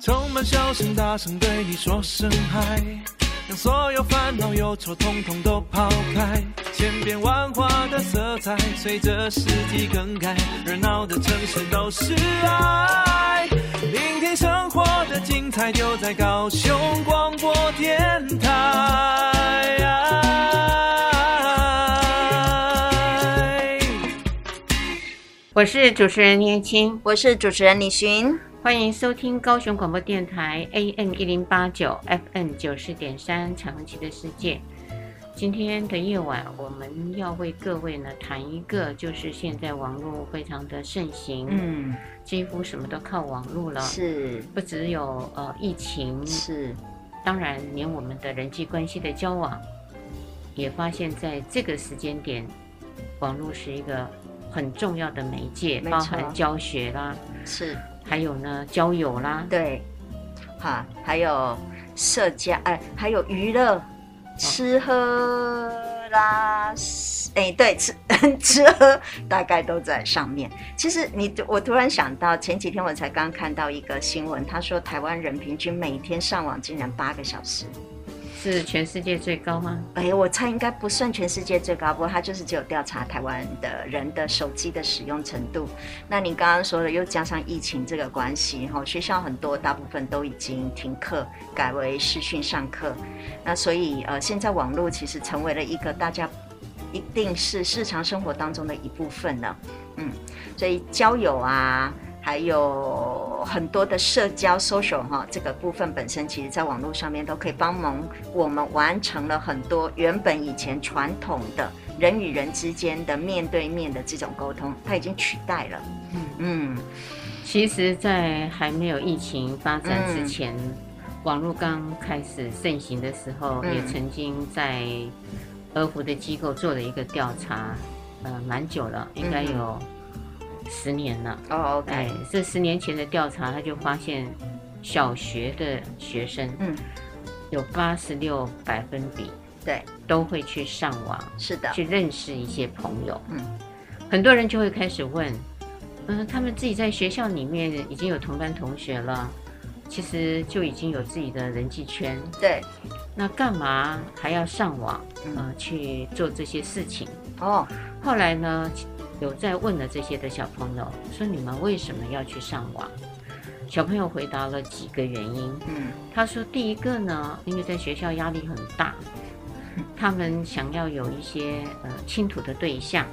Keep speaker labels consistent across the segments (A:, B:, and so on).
A: 充满笑声，大声对你说声嗨，让所有烦恼忧愁统统都抛开。千变万化的色彩随着四季更改，热闹的城市都是爱。聆听生活的精彩，就在高雄广播电台。
B: 我是主持人燕青，
C: 我是主持人李寻。
B: 欢迎收听高雄广播电台 AM 一零八九 FM 九四点三《彩虹旗的世界》。今天的夜晚，我们要为各位呢谈一个，就是现在网络非常的盛行，，
C: 嗯，
B: 几乎什么都靠网络了，
C: 是
B: 不只有呃疫情，
C: 是，
B: 当然连我们的人际关系的交往，也发现在这个时间点，网络是一个很重要的媒介，
C: 没错
B: 包含教学啦，
C: 是，
B: 还有呢交友啦，
C: 对，哈，还有社交，哎、还有娱乐，吃喝啦，是哎、对，吃 吃喝大概都在上面。其实你，我突然想到，前几天我才刚看到一个新闻，他说台湾人平均每天上网竟然八个小时。
B: 是全世界最高吗？
C: 哎，我猜应该不算全世界最高，不过它就是只有调查台湾的人的手机的使用程度。那您刚刚说的，又加上疫情这个关系，哈、学校很多大部分都已经停课，改为视讯上课。那所以呃，现在网络其实成为了一个大家一定是日常生活当中的一部分了。嗯，所以交友啊。还有很多的社交 social 哈，这个部分本身其实在网络上面都可以帮忙我们完成了很多原本以前传统的人与人之间的面对面的这种沟通，它已经取代了。嗯，
B: 其实，在还没有疫情发展之前，网络刚开始盛行的时候，
C: 嗯
B: 也曾经在俄服的机构做了一个调查，呃，蛮久了，应该有十年了。
C: 哦
B: 哎
C: ，OK，，
B: 这十年前的调查，他就发现小学的学生
C: 嗯，
B: 有八十六百分比
C: 对，
B: 都会去上网
C: 是的，
B: 去认识一些朋友。
C: 嗯
B: 很多人就会开始问，嗯、他们自己在学校里面已经有同班同学了，其实就已经有自己的人际圈，
C: 对，
B: 那干嘛还要上网
C: 嗯，
B: 呃去做这些事情？
C: 哦，
B: 后来呢，有在问了这些的小朋友，说你们为什么要去上网？小朋友回答了几个原因，
C: 嗯，
B: 他说：“第一个呢，因为在学校压力很大，他们想要有一些呃倾吐的对象，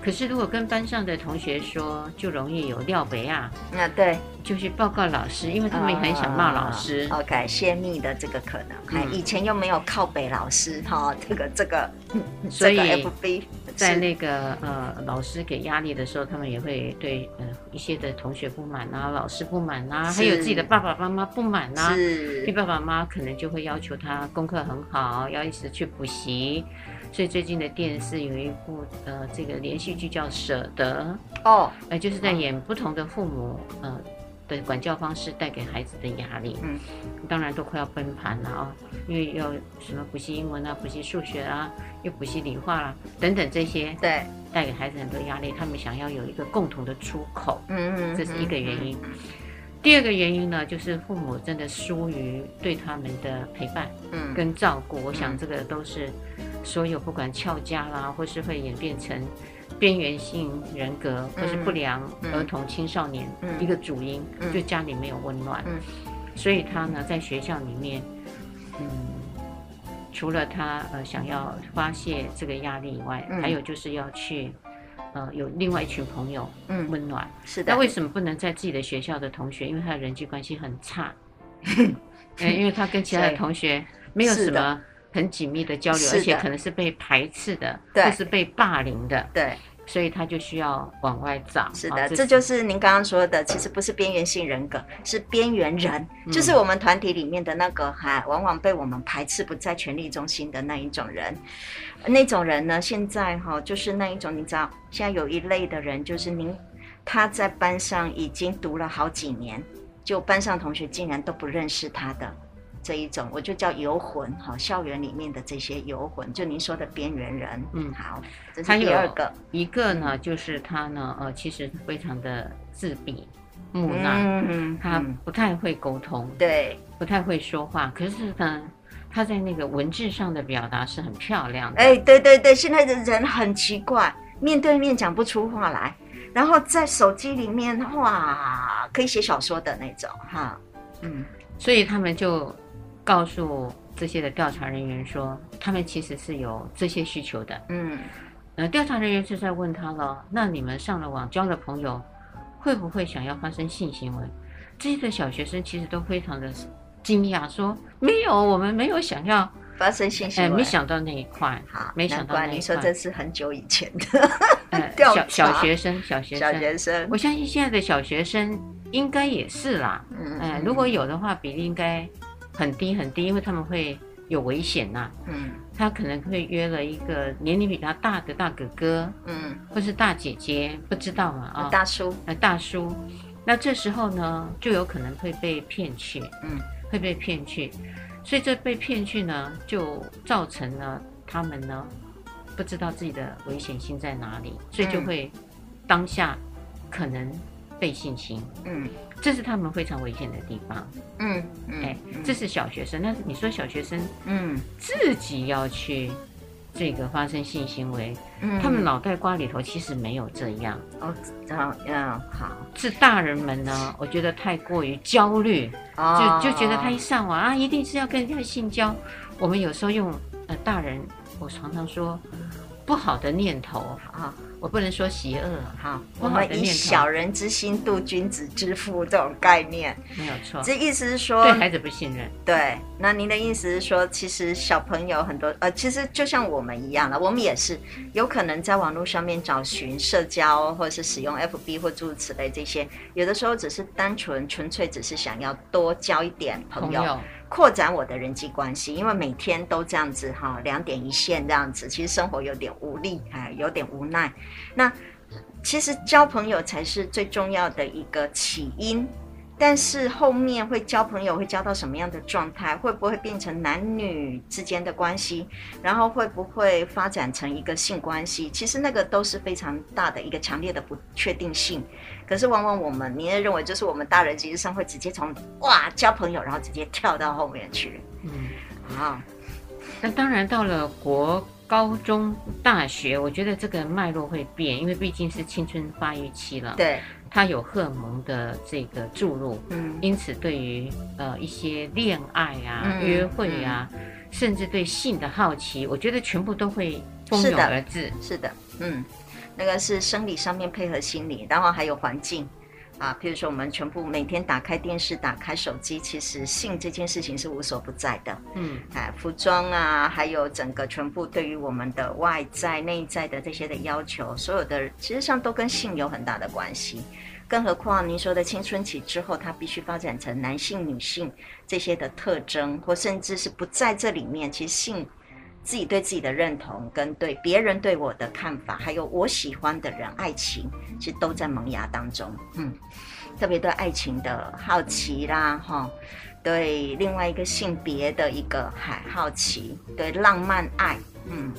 B: 可是如果跟班上的同学说，就容易有廖北啊，
C: 那对，
B: 就去报告老师，因为他们也很想骂老师。
C: 啊 OK，泄密的这个可能，哎，
B: 嗯
C: 以前又没有靠北老师哈、这个这个，嗯
B: 所以
C: 这个 FB
B: 在
C: 是
B: 那个呃老师给压力的时候，他们也会对呃一些的同学不满啊，老师不满啊，
C: 是
B: 还有自己的爸爸妈妈不满啊。”因为
C: 是
B: 爸爸妈妈可能就会要求他功课很好，要一直去补习。所以最近的电视有一部呃这个连续剧叫《舍得》，
C: 哦，
B: 呃，就是在演不同的父母呃的管教方式带给孩子的压力。
C: 嗯，
B: 当然都快要崩盘了啊、因为要什么补习英文啊、补习数学啊、又补习理化啦、啊等等这些，
C: 对，
B: 带给孩子很多压力。他们想要有一个共同的出口。
C: 嗯，嗯
B: 这是一个原因。第二个原因呢，就是父母真的疏于对他们的陪伴
C: 嗯，
B: 跟照顾。我想
C: 嗯
B: 这个都是所有不管翘家啦，或是会演变成边缘性人格或是不良
C: 嗯
B: 儿童青少年
C: 嗯
B: 一个主因，
C: 嗯
B: 就家里没有温暖
C: 嗯，
B: 所以他呢在学校里面，嗯。除了他呃想要发泄这个压力以外，
C: 嗯
B: 还有就是要去呃有另外一群朋友
C: 嗯嗯，
B: 温暖，
C: 是的
B: 那，为什么不能在自己的学校的同学？因为他的人际关系很差， 嗯，因为他跟其他的
C: 对
B: 同学没有
C: 是
B: 什
C: 的
B: 么很紧密的交流，
C: 是
B: 而且
C: 的
B: 可能是被排斥的，
C: 对
B: 或是被霸凌的，
C: 对。
B: 所以他就需要往外找。
C: 是
B: 啊
C: 的，这就是您刚刚说的，其实不是边缘性人格，是边缘人，就是我们团体里面的那个哈、往往被我们排斥、不在权力中心的那一种人。那种人呢，现在哈、就是那一种，你知道，现在有一类的人，就是您他在班上已经读了好几年，就班上同学竟然都不认识他的，这一种，我就叫游魂哈，校园里面的这些游魂，就您说的边缘人。
B: 嗯
C: 好，这
B: 还
C: 是
B: 有
C: 第二个。
B: 一个呢，就是他呢，呃，其实非常的自闭、木讷，
C: 嗯
B: 他
C: 嗯
B: 不太会沟通，
C: 对，
B: 不太会说话。可是呢，他在那个文字上的表达是很漂亮的。
C: 哎，对对对，现在的人很奇怪，面对面讲不出话来，然后在手机里面哇，可以写小说的那种哈。嗯，
B: 所以他们就告诉这些的调查人员说，他们其实是有这些需求的。
C: 嗯，
B: 呃，调查人员就在问他了：那你们上了网交了朋友，会不会想要发生性行为？这些的小学生其实都非常的惊讶，说没有，我们没有想要，
C: 发生性
B: 哎、
C: 行为。
B: 没想到那一块，
C: 好，
B: 没想
C: 难
B: 到
C: 怪
B: 那
C: 你
B: 一
C: 说
B: 块
C: 这是很久以前的
B: 呃，
C: 调
B: 小
C: 查
B: 小学生，小学
C: 小
B: 生，
C: 学生。
B: 我相信现在的小学生应该也是啦，
C: 嗯
B: 哎、如果，有的话，比例应该很低很低，因为他们会有危险呐、
C: 嗯
B: 他可能会约了一个年龄比较大的大哥哥
C: 嗯，
B: 或是大姐姐，不知道嘛啊、
C: 大叔，
B: 呃大叔，那这时候呢，就有可能会被骗去，
C: 嗯，
B: 会被骗去，所以这被骗去呢，就造成了他们呢不知道自己的危险性在哪里，所以就
C: 嗯
B: 会当下可能被性侵，
C: 嗯
B: 这是他们非常危险的地方。
C: 嗯
B: 哎
C: 嗯，，
B: 这是小学生，那你说小学生
C: 嗯
B: 自己要去这个发生性行为，
C: 嗯，
B: 他们脑袋瓜里头其实没有这样。
C: 哦，嗯嗯，好，
B: 是大人们呢，我觉得太过于焦虑，
C: 哦
B: 就就觉得他一上网啊，一定是要跟人家性交。我们有时候用呃大人，我常常说不好的念头，
C: 啊，
B: 我不能说邪恶，
C: 好，
B: 不
C: 我
B: 好的
C: 们以
B: 念头
C: 小人之心度君子之腹这种概念，
B: 没有错，
C: 这意思是说
B: 哦对，孩子不信任，
C: 对，那您的意思是说，其实小朋友很多，呃，其实就像我们一样了，我们也是有可能在网络上面找寻社交，或者是使用 FB 或诸如此类这些，有的时候只是单纯纯粹只是想要多交一点朋
B: 朋
C: 友，
B: 友
C: 扩展我的人际关系，因为每天都这样子哈，两点一线这样子，其实生活有点无力，哎，有点无奈。那其实交朋友才是最重要的一个起因，但是后面会交朋友会交到什么样的状态，会不会变成男女之间的关系，然后会不会发展成一个性关系，其实那个都是非常大的一个强烈的不确定性。可是往往我们，你也认为就是我们大人其实上会直接从哇交朋友，然后直接跳到后面去
B: 嗯。
C: 啊。
B: 那当然，到了国高中、大学，我觉得这个脉络会变，因为毕竟是青春发育期了，
C: 对，
B: 它有荷尔蒙的这个注入，
C: 嗯
B: 因此对于呃一些恋爱啊、
C: 嗯
B: 约会啊，甚至对性的好奇，我觉得全部都会蜂
C: 是
B: 拥
C: 的
B: 而至。
C: 是的，嗯，那个是生理上面配合心理，然后还有环境啊，譬如说我们全部每天打开电视、打开手机，其实性这件事情是无所不在的。
B: 嗯，
C: 哎，服装啊，还有整个全部对于我们的外在、内在的这些的要求，所有的其实上都跟性有很大的关系。更何况您说的青春期之后，它必须发展成男性、女性这些的特征，或甚至是不在这里面。其实性自己对自己的认同，跟对别人对我的看法，还有我喜欢的人、爱情，其实都在萌芽当中。嗯，特别对爱情的好奇啦，哈，对另外一个性别的一个还好奇，对浪漫爱，嗯，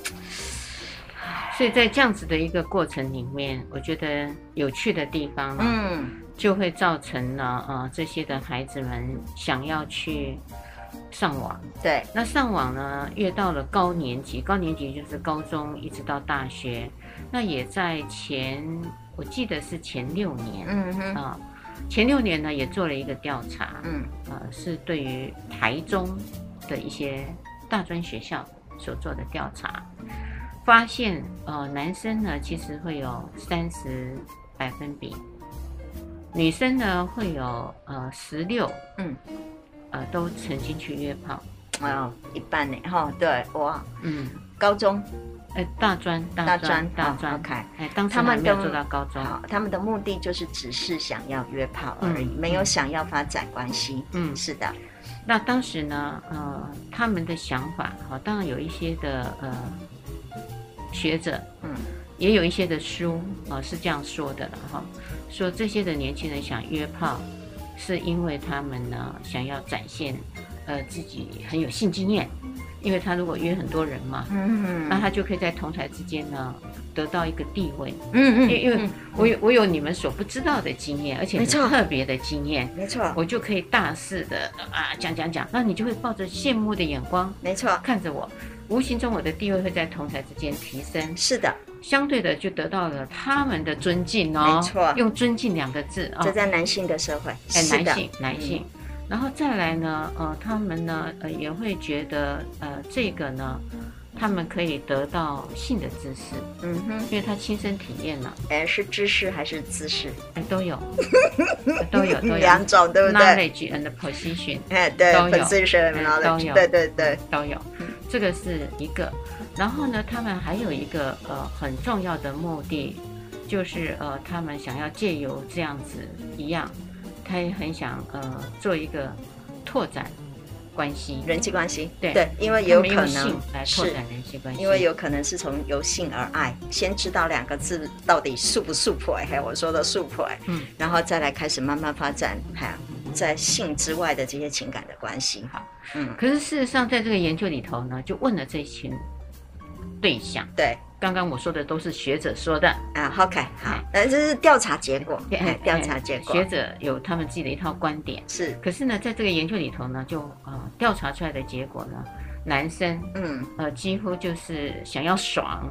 B: 所以在这样子的一个过程里面，我觉得有趣的地方呢，啊
C: 嗯
B: 就会造成了呃这些的孩子们想要去上网。
C: 对，
B: 那上网呢，越到了高年级，高年级就是高中一直到大学，那也在前，我记得是前六年
C: 嗯哼，
B: 啊、前六年呢也做了一个调查，
C: 嗯
B: 呃，是对于台中的一些大专学校所做的调查，发现呃男生呢其实会有三十百分比，女生呢会有呃十六，16,
C: 嗯，
B: 呃都曾经去约炮，
C: 哦，一半呢，哈、对，哇，
B: 嗯。
C: 高中
B: 哎，大专，
C: 大
B: 大
C: 专
B: 专，大
C: 哦
B: 专，
C: ，OK
B: 哎，当时
C: 他们
B: 还没有
C: 跟
B: 做到高中，
C: 好，他们的目的就是只是想要约炮而已，
B: 嗯
C: 没有
B: 嗯
C: 想要发展关系，
B: 嗯，
C: 是的，
B: 那当时呢，呃，他们的想法，好，当然有一些的呃学者，
C: 嗯
B: 也有一些的书啊、是这样说的了哈，说这些的年轻人想约炮，是因为他们呢想要展现呃自己很有性经验，因为他如果约很多人嘛，
C: 嗯
B: 那他就可以在同台之间呢得到一个地位，
C: 嗯嗯
B: 因为因为我有我有你们所不知道的经验，而且
C: 没
B: 很
C: 错
B: 特别的经验，
C: 没错
B: 我就可以大肆的啊讲讲讲，那你就会抱着羡慕的眼光
C: 没错，
B: 看着我，无形中我的地位会在同台之间提升，
C: 是的，
B: 相对的就得到了他们的尊敬哦，
C: 没错
B: 用尊敬两个字啊、
C: 这在男性的社会，
B: 哎，
C: 是
B: 男
C: 的，嗯
B: 性，男性。然后再来呢，呃，他们呢，呃，也会觉得，呃，这个呢，他们可以得到性的知识，
C: 嗯哼，
B: 因为他亲身体验了，
C: 哎，是知识还是姿势？
B: 哎，都 有，都有，都有
C: 两种，对不对？
B: ，knowledge and position
C: 哎，对
B: 都有，
C: position
B: 哎
C: knowledge，
B: 都有
C: 对对对，
B: 都有，这个是一个。然后呢，他们还有一个呃很重要的目的，就是呃，他们想要借由这样子一样，他也很想呃做一个拓展关系，
C: 人际关系，
B: 对
C: 对，因为
B: 他
C: 有
B: 们
C: 可
B: 用性
C: 能
B: 来拓
C: 是
B: 展人际关系，
C: 因为有可能是从由性而爱，先知道两个字到底素不素朴，还有我说的素朴，
B: 嗯，
C: 然后再来开始慢慢发展，还有在性之外的这些情感的关系，
B: 好，
C: 嗯，
B: 可是事实上在这个研究里头呢，就问了这一群对象，
C: 对，
B: 刚刚我说的都是学者说的，
C: 啊，OK，好，呃，这是调查结果，
B: 哎
C: 哎调查结果
B: 学者有他们自己的一套观点。
C: 是，
B: 可是呢，在这个研究里头呢，就呃调查出来的结果呢，男生
C: 嗯，
B: 呃几乎就是想要爽，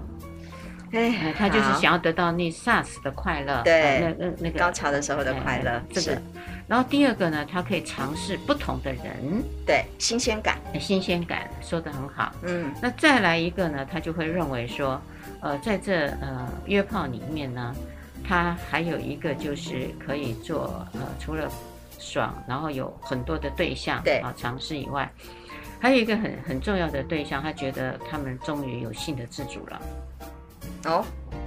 C: 哎
B: 呃，他就是
C: 好
B: 想要得到那 SARS 的快乐，
C: 对
B: 呃那那那个
C: 高潮的时候的快乐
B: 呃，这
C: 是
B: 个。然后第二个呢，他可以尝试不同的人，
C: 对新鲜感，
B: 呃新鲜感说得很好。
C: 嗯，
B: 那再来一个呢，他就会认为说，呃，在这呃约炮里面呢，他还有一个就是可以做呃，除了爽，然后有很多的对象
C: 对
B: 啊尝试以外，还有一个很很重要的对象，他觉得他们终于有性的自主了，
C: 哦，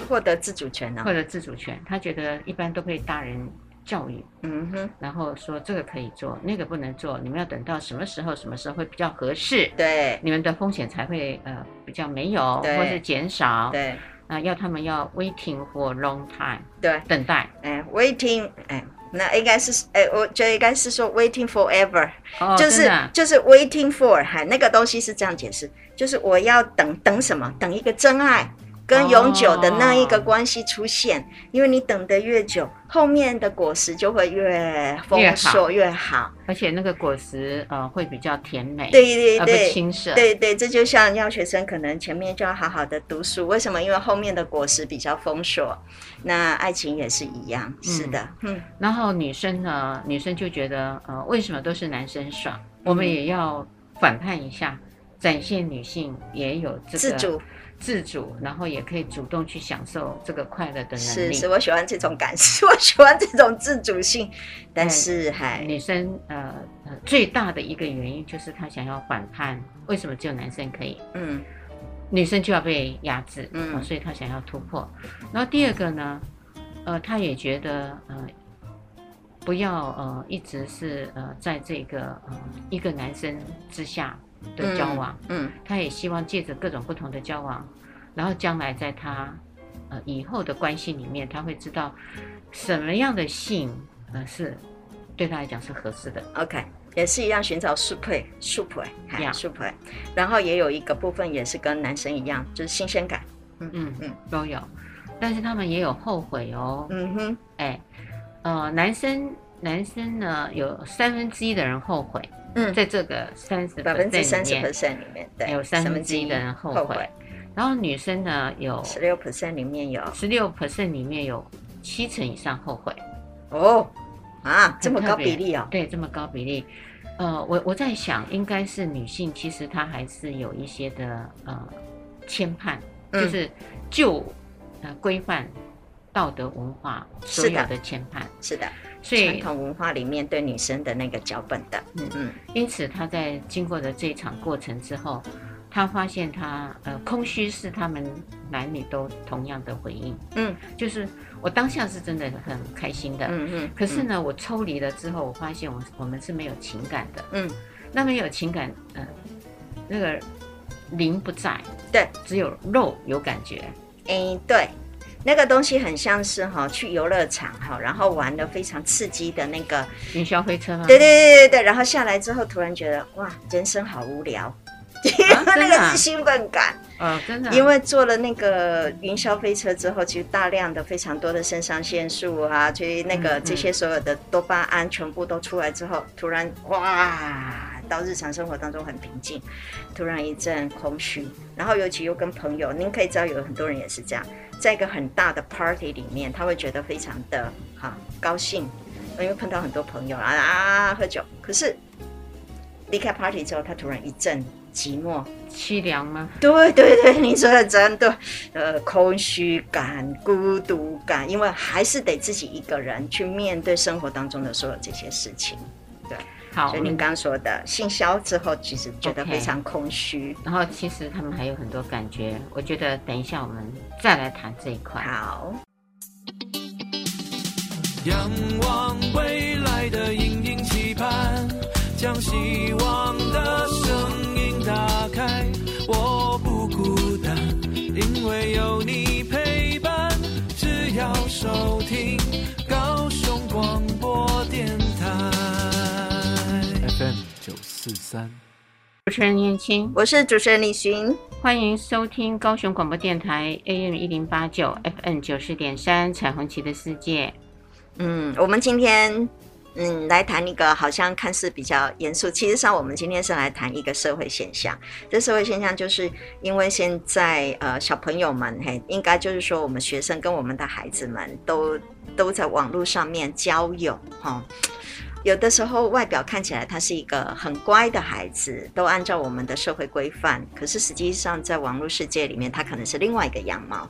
C: 获得自主权呢、哦
B: 或者自主权，他觉得一般都被大人教育，
C: 嗯哼，
B: 然后说这个可以做，那个不能做，你们要等到什么时候什么时候会比较合适。
C: 对
B: 你们的风险才会呃比较没有，
C: 对
B: 或是减少。
C: 对
B: 啊、要他们要 waiting for long time
C: 对，
B: 等待
C: 哎，waiting，哎，那应该是，哎，我觉得应该是说 waiting forever，、
B: 哦
C: 就是、
B: 真的啊
C: 就是 waiting for，哈，那个东西是这样解释，就是我要等等什么，等一个真爱。跟永久的那一个
B: 哦
C: 关系出现，因为你等得越久，后面的果实就会越
B: 越好
C: 丰硕越好。
B: 而且那个果实呃会比较甜美，
C: 对对
B: 而不
C: 对，
B: 青涩。
C: 对对，这就像药学生可能前面就要好好的读书，为什么？因为后面的果实比较丰硕。那爱情也是一样，是的，嗯，
B: 然后女生呢，女生就觉得呃为什么都是男生爽，
C: 嗯
B: 我们也要反叛一下。展现女性也有这个
C: 自主
B: 自主，然后也可以主动去享受这个快乐的能
C: 是
B: 力。
C: 是，我喜欢这种感 受，我喜欢这种自主性，但是还
B: 女生呃呃最大的一个原因就是她想要反叛，为什么只有男生可以？
C: 嗯
B: 女生就要被压制，
C: 嗯
B: 嗯、所以她想要突破。然后第二个呢，呃，她也觉得呃，不要呃一直是呃在这个呃一个男生之下的交往，
C: 嗯
B: 她也希望借着各种不同的交往，然后将来在她呃以后的关系里面，她会知道什么样的性呃是对她来讲是合适的。
C: ，OK。也是一样寻找速配、速配、还
B: Yeah
C: 速配，然后也有一个部分也是跟男生一样，就是新鲜感。
B: 嗯
C: 嗯
B: 嗯，都有，但是他们也有后悔哦。
C: 嗯哼，
B: 哎，呃，男生男生呢有三分之一的人后悔，
C: 嗯，
B: 在这个三十
C: 百分之三十
B: 里面
C: percent 里面，对，
B: 有三分之一的人后悔，哦然后女生呢有
C: 十六 percent 里面有
B: 十六 percent 里面有七成以上后悔，
C: 哦，啊，这
B: 很
C: 么
B: 特
C: 高
B: 别
C: 比例哦，
B: 对，这么高比例。呃，我我在想，应该是女性，其实她还是有一些的呃牵绊，
C: 嗯
B: 就是旧呃规范、道德文化所
C: 是
B: 有
C: 的
B: 的牵绊，
C: 是的，
B: 所
C: 传
B: 以
C: 统文化里面对女生的那个脚本的，嗯
B: 嗯
C: 嗯，
B: 因此，他在经过了这一场过程之后，他发现他呃空虚是他们男女都同样的回应。
C: 嗯，
B: 就是我当下是真的很开心的，
C: 嗯嗯，
B: 可是呢，我抽离了之后，我发现我我们是没有情感的。
C: 嗯，
B: 那没有情感，嗯、那个灵不在，
C: 对，
B: 只有肉有感觉。
C: 哎诶，对，那个东西很像是哈、去游乐场哈、然后玩的非常刺激的那个，
B: 云霄飞车吗？
C: 对对对对对，然后下来之后突然觉得哇，人生好无聊， 因为 那
B: 真的
C: 个
B: 啊
C: 是兴奋感。
B: 哦，真的啊、
C: 因为坐了那个云霄飞车之后，其实大量的非常多的肾上腺素啊，就是那
B: 嗯
C: 个
B: 嗯
C: 这些所有的多巴胺全部都出来之后，突然哇，到日常生活当中很平静，突然一阵空虚，然后尤其又跟朋友，您可以知道有很多人也是这样，在一个很大的 party 里面，他会觉得非常的哈、高兴，因为碰到很多朋友啊啊喝酒，可是离开 party 之后，他突然一阵寂寞，
B: 凄凉吗？
C: 对对对，你说的真对，呃，空虚感、孤独感，因为还是得自己一个人去面对生活当中的所有这些事情。
B: 好，
C: 所以
B: 我
C: 你
B: 们
C: 刚刚说的性消之后，其实觉得
B: OK
C: 非常空虚。
B: 然后其实他们还有很多感觉，我觉得等一下我们再来谈这一块。
C: 好，
A: 仰望未来的隐隐期盼，将希望的声音打开。我不孤单，因为有你陪伴。只要收听高雄广播电台 FM 九四三。
B: 主持人燕青，
C: 我是主持人李寻，
B: 欢迎收听高雄广播电台 AM 一零八九 FM 九十点三彩虹旗的世界。
C: 嗯，我们今天嗯来谈一个好像看似比较严肃，其实上我们今天是来谈一个社会现象。这社会现象就是因为现在呃小朋友们嘿，应该就是说我们学生跟我们的孩子们都都在网络上面交友哈。有的时候外表看起来他是一个很乖的孩子，都按照我们的社会规范，可是实际上在网络世界里面，他可能是另外一个样貌。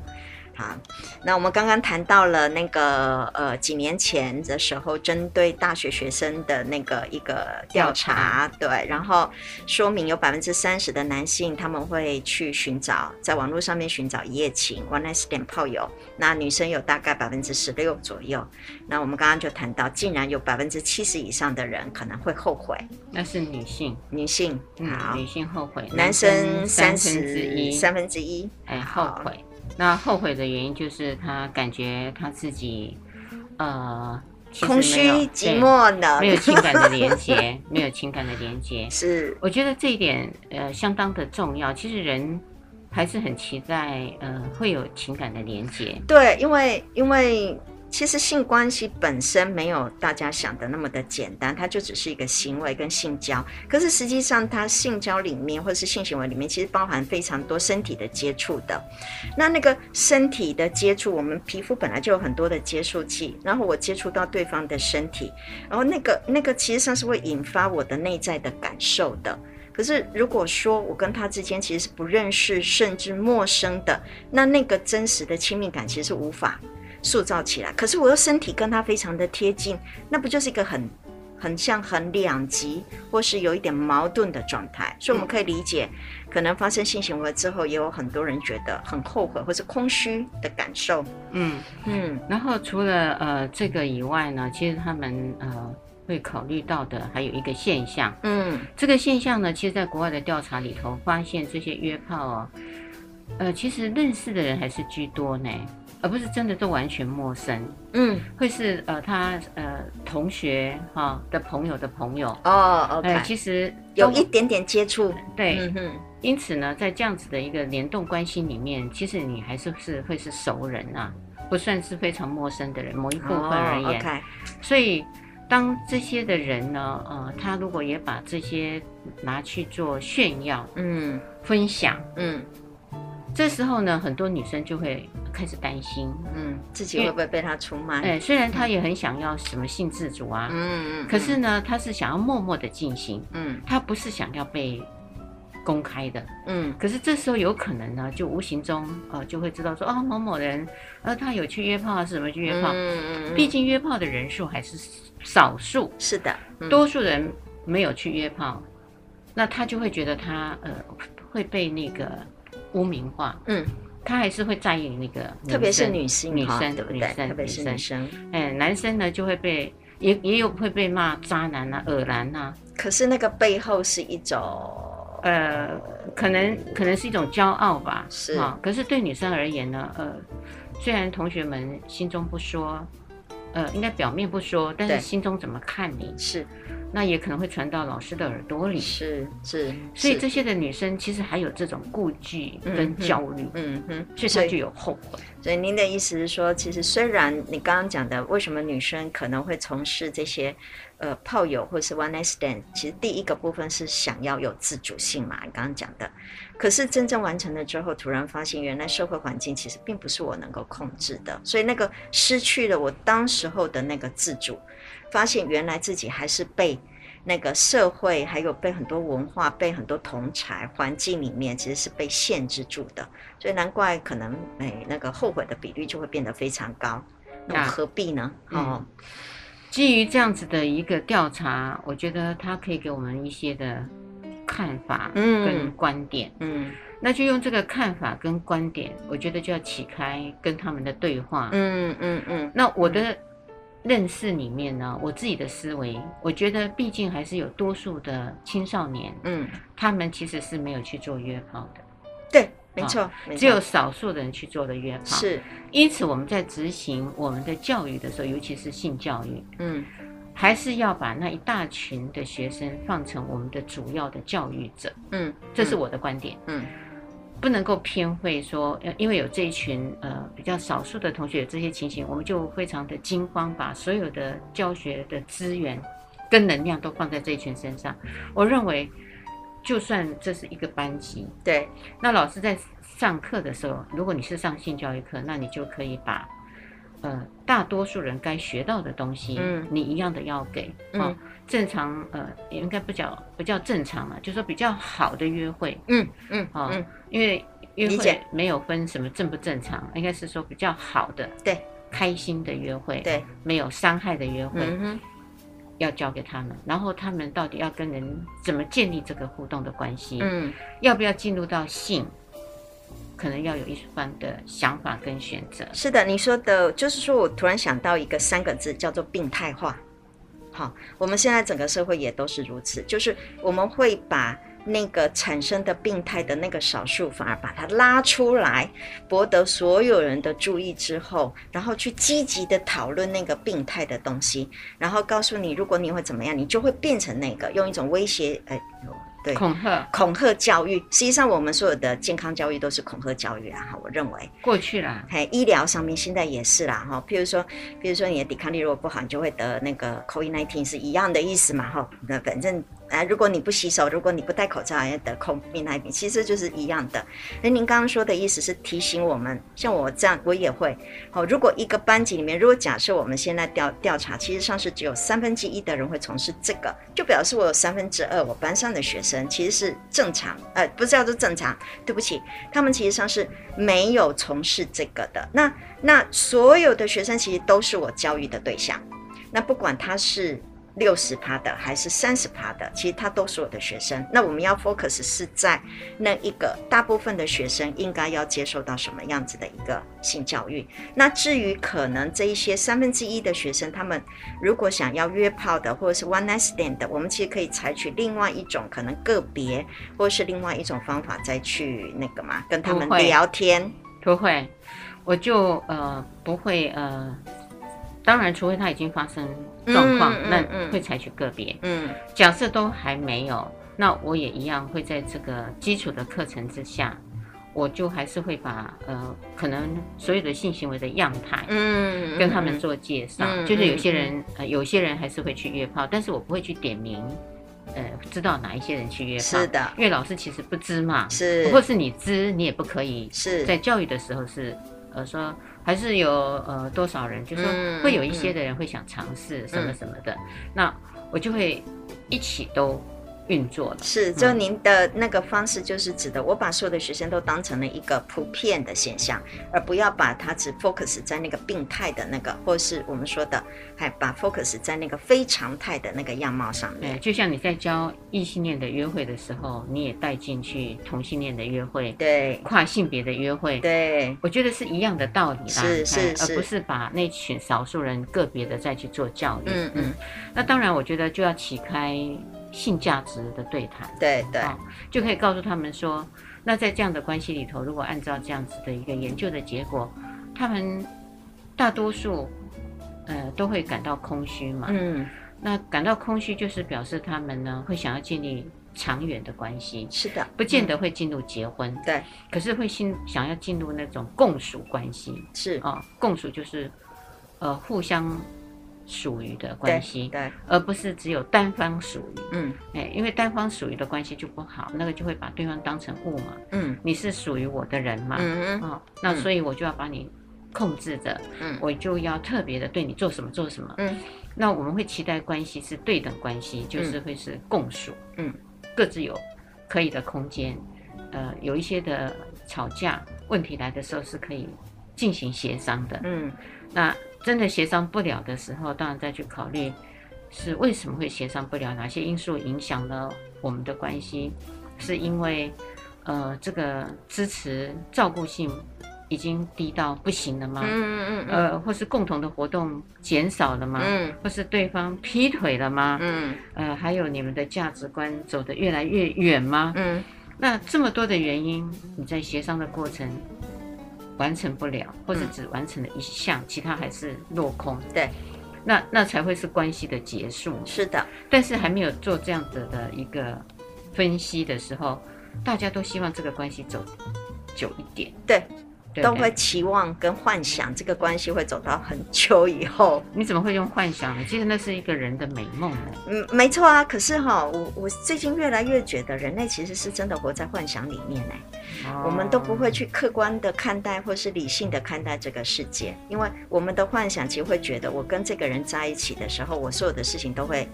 C: 好，那我们刚刚谈到了那个呃几年前的时候，针对大学学生的那个一个调查，对，然后说明有百分之三十的男性他们会去寻找在网络上面寻找一夜情 （one night stand） 炮友，那女生有大概百分之十六左右。那我们刚刚就谈到，竟然有百分之七十以上的人可能会后悔，
B: 那是女性，
C: 女性
B: 嗯，
C: 好
B: 女，性后悔，
C: 男生
B: 三
C: 三
B: 分之
C: 十
B: 一，
C: 三分之一，
B: 哎后
C: 好
B: 悔。那后悔的原因就是他感觉他自己，呃，其实
C: 空
B: 没
C: 虚
B: 有
C: 寂，寞 呢
B: 对没有情感的连接，没有情感的连接。
C: 是
B: 我觉得这一点呃相当的重要。其实人还是很期待呃会有情感的连接，
C: 对，因为因为其实性关系本身没有大家想的那么的简单，它就只是一个行为跟性交。可是实际上，它性交里面或是性行为里面，其实包含非常多身体的接触的。那那个身体的接触，我们皮肤本来就有很多的接触器，然后我接触到对方的身体，然后那个那个其实上是会引发我的内在的感受的。可是如果说我跟他之间其实是不认识甚至陌生的，那那个真实的亲密感其实是无法塑造起来。可是我又身体跟他非常的贴近，那不就是一个很很像很两极，或是有一点矛盾的状态？所以我们可以理解，可能发生性行为之后，也有很多人觉得很后悔或是空虚的感受。
B: 嗯。
C: 嗯，
B: 然后除了呃这个以外呢，其实他们呃会考虑到的还有一个现象，
C: 嗯，
B: 这个现象呢，其实在国外的调查里头发现，这些约炮哦，呃，其实认识的人还是居多呢，而不是真的都完全陌生，
C: 嗯，
B: 会是呃他呃同学哈、的朋友的朋友，
C: 哦，OK，、
B: 哎、其实哎
C: 有
B: 都
C: 一点点接触，
B: 对，
C: 嗯哼，
B: 因此呢，在这样子的一个联动关系里面，其实你还是是会是熟人啊，不算是非常陌生的人，某一部分而
C: 哦
B: 言。
C: ，OK，
B: 所以，当这些的人呢，呃，他如果也把这些拿去做炫耀、
C: 嗯
B: 分享，
C: 嗯
B: 这时候呢，很多女生就会开始担心。
C: 嗯，自己会不会被他出卖？
B: 哎，虽然她也很想要什么性自主啊，
C: 嗯嗯，
B: 可是呢，她是想要默默的进行，
C: 嗯，
B: 她不是想要被公开的。
C: 嗯
B: 可是这时候有可能呢，就无形中呃就会知道说啊、某某人，呃他有去约炮啊，是怎么去约
C: 嗯
B: 炮？
C: 嗯嗯，
B: 毕竟约炮的人数还是少数，
C: 是的，嗯
B: 多数人没有去约炮，那他就会觉得他呃会被那个污名化，
C: 嗯，
B: 他还是会在意那个，
C: 特别是女性
B: 女
C: 哈
B: 生
C: 对不
B: 女
C: 对？
B: 生
C: 特别是女
B: 女
C: 生，
B: 哎，男生呢就会被也也有会被骂渣男啊、恶男啊，
C: 可是那个背后是一种
B: 嗯呃，可能可能是一种骄傲吧，
C: 是
B: 啊、可是对女生而言呢，呃，虽然同学们心中不说，呃，应该表面不说，但是
C: 对
B: 心中怎么看你，
C: 是
B: 那也可能会传到老师的耳朵里。
C: 是是，
B: 所以
C: 是
B: 这些的女生其实还有这种顾忌
C: 嗯
B: 跟
C: 嗯
B: 焦虑，
C: 嗯哼，
B: 所以
C: 所
B: 她
C: 以
B: 就有后悔。
C: 所以您的意思是说，其实虽然你刚刚讲的，为什么女生可能会从事这些呃炮友或是 one night stand，其实第一个部分是想要有自主性嘛，你刚刚讲的。可是真正完成了之后，突然发现原来社会环境其实并不是我能够控制的，所以那个失去了我当时候的那个自主，发现原来自己还是被。那个社会还有被很多文化、被很多同才环境里面，其实是被限制住的。所以难怪可能哎那个后悔的比率就会变得非常高。那我
B: 啊
C: 何必呢？哦，
B: 基于这样子的一个调查，我觉得它可以给我们一些的看法
C: 嗯
B: 跟观点。
C: 嗯
B: 那就用这个看法跟观点，我觉得就要启开跟他们的对话。
C: 嗯嗯嗯
B: 那我的认识里面呢，我自己的思维，我觉得毕竟还是有多数的青少年，
C: 嗯，
B: 他们其实是没有去做约炮的，
C: 对，没错，没错啊
B: 只有少数的人去做了约炮。，
C: 是
B: 因此我们在执行我们的教育的时候，尤其是性教育，
C: 嗯
B: 还是要把那一大群的学生放成我们的主要的教育者，
C: 嗯，
B: 这是
C: 嗯
B: 我的观点。
C: 嗯
B: 不能够偏会说，呃，因为有这一群呃比较少数的同学有这些情形，我们就非常的惊慌，把所有的教学的资源跟能量都放在这一群身上。我认为，就算这是一个班级，
C: 对
B: 那老师在上课的时候，如果你是上性教育课，那你就可以把呃大多数人该学到的东西，
C: 嗯
B: 你一样的要给
C: 嗯
B: 啊、正常呃也应该不叫不叫正常啊了，就说比较好的约会，
C: 嗯嗯
B: 哦
C: 嗯
B: 因为约
C: 理
B: 会
C: 解
B: 没有分什么正不正常，应该是说比较好的、
C: 对
B: 开心的约会，
C: 对
B: 没有伤害的约会、
C: 嗯哼
B: 要交给他们，然后他们到底要跟人怎么建立这个互动的关系，
C: 嗯
B: 要不要进入到性，可能要有一番的想法跟选择。
C: 是的，你说的，就是说我突然想到一个三个字，叫做病态化。好，我们现在整个社会也都是如此，就是我们会把那个产生的病态的那个少数，反而把它拉出来，博得所有人的注意之后，然后去积极的讨论那个病态的东西，然后告诉你，如果你会怎么样，你就会变成那个，用一种威胁，呃，对，
B: 恐吓
C: 恐吓教育。实际上，我们所有的健康教育都是恐吓教育啊，哈，我认为。
B: 过去啦，
C: 嘿，医疗上面现在也是啦，哈，譬如说，譬如说你的抵抗力如果不好，你就会得那个 COVID-19 是一样的意思嘛，哈，那反正啊，如果你不洗手，如果你不戴口罩，也得 COVID-19，其实就是一样的。那您刚刚说的意思是提醒我们，像我这样，我也会，哦，如果一个班级里面，如果假设我们现在调调查，其实上是只有三分之一的人会从事这个，就表示我有三分之二我班上的学生其实是正常，呃，不是叫做正常，对不起，他们其实上是没有从事这个的。那那所有的学生其实都是我教育的对象，那不管他是。六十趴的还是三十趴的，其实他都是我的学生。那我们要 focus 是在那一个大部分的学生应该要接受到什么样子的一个性教育。那至于可能这一些三分之一的学生，他们如果想要约炮的或者是 one night stand 的，我们其实可以采取另外一种可能个别，或是另外一种方法再去那个嘛，跟他们
B: 不会
C: 聊天。
B: 不会，我就呃不会呃，当然，除非他已经发生状况，
C: 嗯嗯
B: 那
C: 嗯
B: 会采取个别。
C: 嗯
B: 假设都还没有，那我也一样会在这个基础的课程之下，我就还是会把呃可能所有的性行为的样态。
C: 嗯，
B: 跟他们
C: 嗯
B: 做介绍，
C: 嗯
B: 就是有些人、呃，有些人还是会去约炮，但是我不会去点名，呃，知道哪一些人去约炮，
C: 是的
B: 因为老师其实不知嘛，
C: 是
B: 或是你知，你也不可以
C: 是
B: 在教育的时候是，呃，说还是有呃多少人，就说
C: 嗯
B: 会有一些的人会想尝试什么什么的，那我就会一起都运作了。
C: 是，就您的那个方式，就是指的我把所有的学生都当成了一个普遍的现象，而不要把它只 focus 在那个病态的那个，或是我们说的，还把 focus 在那个非常态的那个样貌上
B: 对，
C: 面。
B: 就像你在教异性恋的约会的时候，你也带进去同性恋的约会、
C: 对
B: 跨性别的约会，
C: 对，
B: 我觉得是一样的道理啦，
C: 是是
B: 哎
C: 是
B: 而不是把那群少数人个别的再去做教育。
C: 嗯嗯，
B: 那当然，我觉得就要启开性价值的对谈，
C: 对对，
B: 啊就可以告诉他们说，那在这样的关系里头，如果按照这样子的一个研究的结果，他们大多数呃都会感到空虚嘛。
C: 嗯，
B: 那感到空虚就是表示他们呢会想要建立长远的关系，
C: 是的，
B: 不见得会进入结婚，
C: 嗯对，
B: 可是会心想要进入那种共属关系
C: 是，
B: 啊、共属就是呃互相属于的
C: 对
B: 关系，
C: 对，
B: 而不是只有单方属于。
C: 嗯
B: 哎，因为单方属于的关系就不好，那个就会把对方当成物嘛，
C: 嗯
B: 你是属于我的人嘛，
C: 嗯
B: 哦，那
C: 嗯
B: 所以我就要把你控制着，
C: 嗯
B: 我就要特别的对你做什么做什么。
C: 嗯，
B: 那我们会期待关系是对等关系，就是会是共属，
C: 嗯，
B: 各自有可以的空间，呃，有一些的吵架问题来的时候是可以进行协商的。
C: 嗯
B: 那真的协商不了的时候，当然再去考虑是为什么会协商不了，哪些因素影响了我们的关系，是因为呃这个支持照顾性已经低到不行了吗？
C: 嗯嗯
B: 呃，或是共同的活动减少了吗？
C: 嗯
B: 或是对方劈腿了吗？
C: 嗯
B: 呃，还有你们的价值观走得越来越远吗？
C: 嗯
B: 那这么多的原因，你在协商的过程完成不了，或者
C: 嗯
B: 只完成了一项，其他还是落空。
C: 对，
B: 那那才会是关系的结束。
C: 是的，
B: 但是还没有做这样子的一个分析的时候，大家都希望这个关系走久一点，
C: 对，
B: 对
C: 都
B: 不
C: 会
B: 对？
C: 期望跟幻想这个关系会走到很久以后。
B: 你怎么会用幻想呢？其实那是一个人的美梦呢。
C: 嗯，没错啊。可是哈、我我最近越来越觉得人类其实是真的活在幻想里面哎、我们
B: 嗯
C: 都不会去客观的看待或是理性的看待这个世界，因为我们的幻想其实会觉得，我跟这个人在一起的时候，我所有的事情都会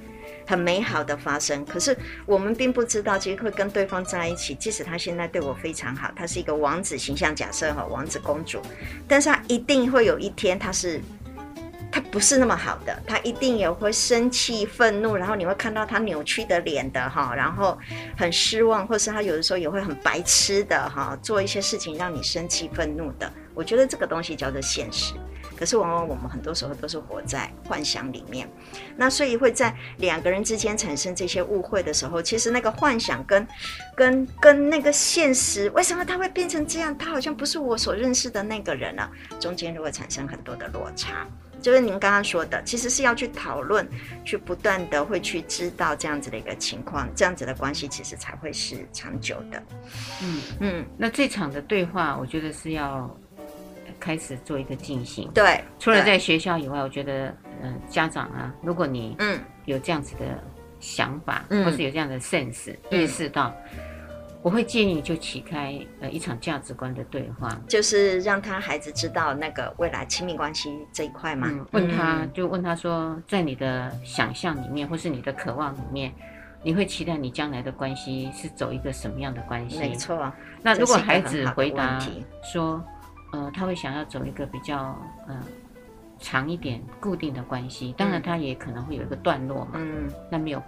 C: 很美好的发生。可是我们并不知道，其实会跟对方在一起，即使他现在对我非常好，他是一个王子形象假设哈，王子公主，但是他一定会有一天他是。他不是那么好的，他一定也会生气、愤怒，然后你会看到他扭曲的脸的哈，然后很失望，或是他有的时候也会很白痴的哈，做一些事情让你生气、愤怒的。我觉得这个东西叫做现实。可是往往我们很多时候都是活在幻想里面，那所以会在两个人之间产生这些误会的时候，其实那个幻想跟跟跟那个现实，为什么他会变成这样？他好像不是我所认识的那个人啊，中间就会产生很多的落差。就是您刚刚说的，其实是要去讨论，去不断的会去知道这样子的一个情况，这样子的关系其实才会是长久的。
B: 嗯，
C: 嗯，
B: 那这场的对话，我觉得是要开始做一个进行。
C: 对。
B: 除了
C: 对
B: 在学校以外，我觉得，嗯、家长啊，如果你
C: 嗯
B: 有这样子的想法，
C: 嗯
B: 或是有这样的 sense，、
C: 嗯
B: 意识到，我会建议就启开呃一场价值观的对话。
C: 嗯就是让他孩子知道那个未来亲密关系这一块嘛。
B: 嗯，问他、就问他说，在你的想象里面，或是你的渴望里面，你会期待你将来的关系是走一个什么样的关
C: 嗯，
B: 系？
C: 没错，
B: 那
C: 这
B: 如果
C: 是一个
B: 孩
C: 很
B: 子
C: 好的
B: 回
C: 问
B: 答
C: 题
B: 说，呃，他会想要走一个比较呃长一点固定的关系，当然
C: 嗯
B: 他也可能会有一个段落嘛，
C: 嗯
B: 那没有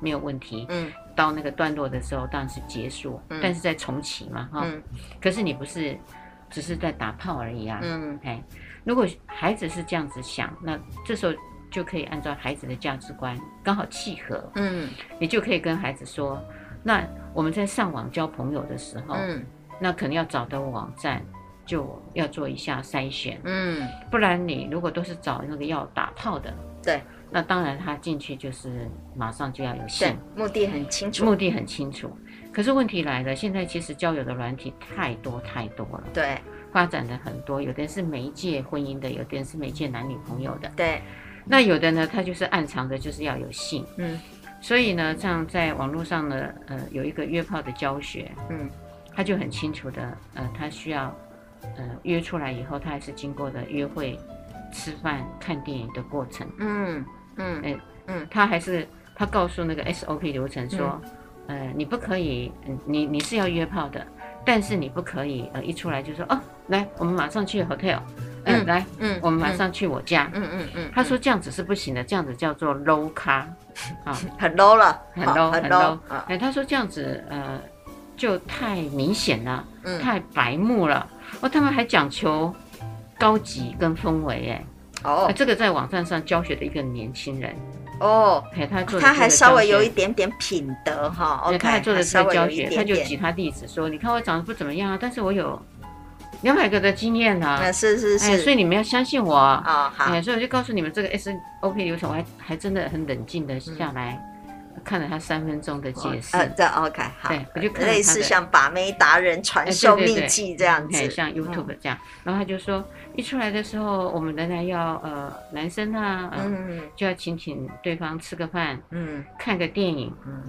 B: 没有问题。
C: 嗯
B: 到那个段落的时候，当然是结束，
C: 嗯
B: 但是再重启嘛，哈、
C: 嗯
B: 可是你不是只是在打炮而已啊，
C: 嗯
B: 哎，如果孩子是这样子想，那这时候就可以按照孩子的价值观刚好契合，
C: 嗯
B: 你就可以跟孩子说，那我们在上网交朋友的时候，
C: 嗯
B: 那可能要找的网站就要做一下筛选，
C: 嗯，
B: 不然你如果都是找那个要打炮的，
C: 对
B: 那当然他进去就是马上就要有
C: 对
B: 性，，
C: 目的很清楚。
B: 目的很清楚。可是问题来了，现在其实交友的软体太多太多了，
C: 对
B: 发展的很多，有的是媒介婚姻的，有的是媒介男女朋友的，
C: 对，
B: 那有的呢，他就是暗藏的就是要有性，
C: 嗯
B: 所以呢，这样在网络上呢，呃，有一个约炮的教学，
C: 嗯
B: 他就很清楚的，呃，他需要，呃，约出来以后，他还是经过了约会、吃饭、看电影的过程，
C: 嗯嗯
B: 哎他还是他告诉那个 SOP 流程说，
C: 嗯
B: 呃，你不可以，嗯你你是要约炮的，但是你不可以，呃，一出来就说，哦，来，我们马上去 hotel，、嗯，
C: 嗯
B: 来，
C: 嗯，
B: 我们马上去我家。
C: 嗯嗯嗯，
B: 他说这样子是不行的，这样子叫做 low 咖，啊，
C: 很 low 了，
B: 很
C: 好
B: low
C: 很
B: 很 low
C: 啊，
B: 哎，他说这样子，呃，就太明显了，
C: 嗯
B: 太白目了。哦，他们还讲求高级跟氛围，哎、
C: 哦
B: 呃这个在网站上教学的一个年轻人，
C: 哦。
B: 哎，他做的
C: 他
B: 这
C: 还
B: 个
C: 稍
B: 教
C: 微有
B: 学
C: 一点点品德哈
B: 对
C: ，OK，
B: 他还做的这
C: 稍
B: 个
C: 微有
B: 教
C: 一
B: 学，
C: 点
B: 他就
C: 点，
B: 举他例子说，你看我长得不怎么样啊，但是我有两百个的经验呢、
C: 那是啊是
B: 哎，所以
C: 是，
B: 你们要相信我啊、
C: 哦好，
B: 哎，所以我就告诉你们这个 SOP 流程，我还还真的很冷静的下来、看了他三分钟的解释，
C: 嗯呃，这 OK 好
B: 对，我就看了
C: 类
B: 他
C: 似
B: 的
C: 像把妹达人传
B: 哎
C: 授
B: 对对
C: 秘
B: 对
C: 籍这样
B: 哎
C: 子，嗯
B: 像 YouTube 这样。然后他就说，一出来的时候，我们仍然要呃男生啊，嗯、
C: 嗯
B: 就要请请对方吃个饭，
C: 嗯
B: 看个电影，
C: 嗯，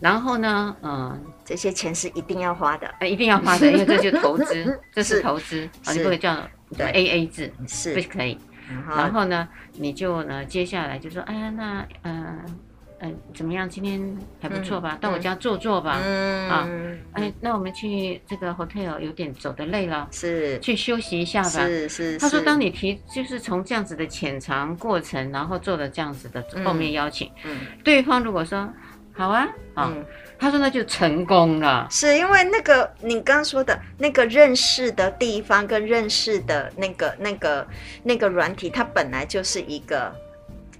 B: 然后呢，嗯、
C: 这些钱是一定要花的，
B: 呃一定要花的，因为这就是投 资，这
C: 是
B: 是投资啊，你
C: 是
B: 不可以叫什么
C: 对
B: AA 制，不
C: 嗯是，嗯
B: 可以。然
C: 然后
B: 后呢，你就呢，接下来就说，哎呀，那呃呃，怎么样？今天还不错吧？
C: 嗯
B: 到我家坐坐吧。
C: 嗯，
B: 哎，那我们去这个 hotel 有点走的累了，
C: 是
B: 去休息一下吧。
C: 是是，
B: 他说，
C: 是
B: 当你提就是从这样子的浅尝过程，然后做了这样子的后面邀请，
C: 嗯
B: 对方如果说好啊，啊，
C: 嗯
B: 他说那就成功了。
C: 是因为那个你刚刚说的那个认识的地方跟认识的那个那个那个软体，它本来就是一个。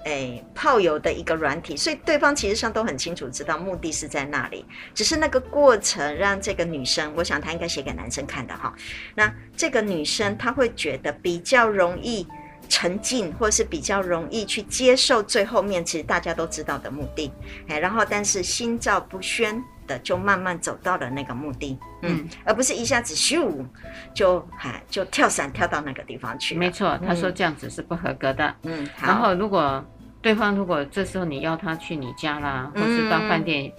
C: 诶炮友的一个软体，所以对方其实上都很清楚知道目的是在那里，只是那个过程让这个女生，我想她应该写给男生看的哈。那这个女生她会觉得比较容易沉浸，或是比较容易去接受最后面其实大家都知道的目的，哎，然后但是心照不宣的就慢慢走到了那个目的，嗯，
B: 嗯
C: 而不是一下子咻就哎就跳伞跳到那个地方去了
B: 没错，他说
C: 嗯
B: 这样子是不合格的。
C: 嗯，好
B: 然后如果对方如果这时候你要他去你家啦，或是到饭店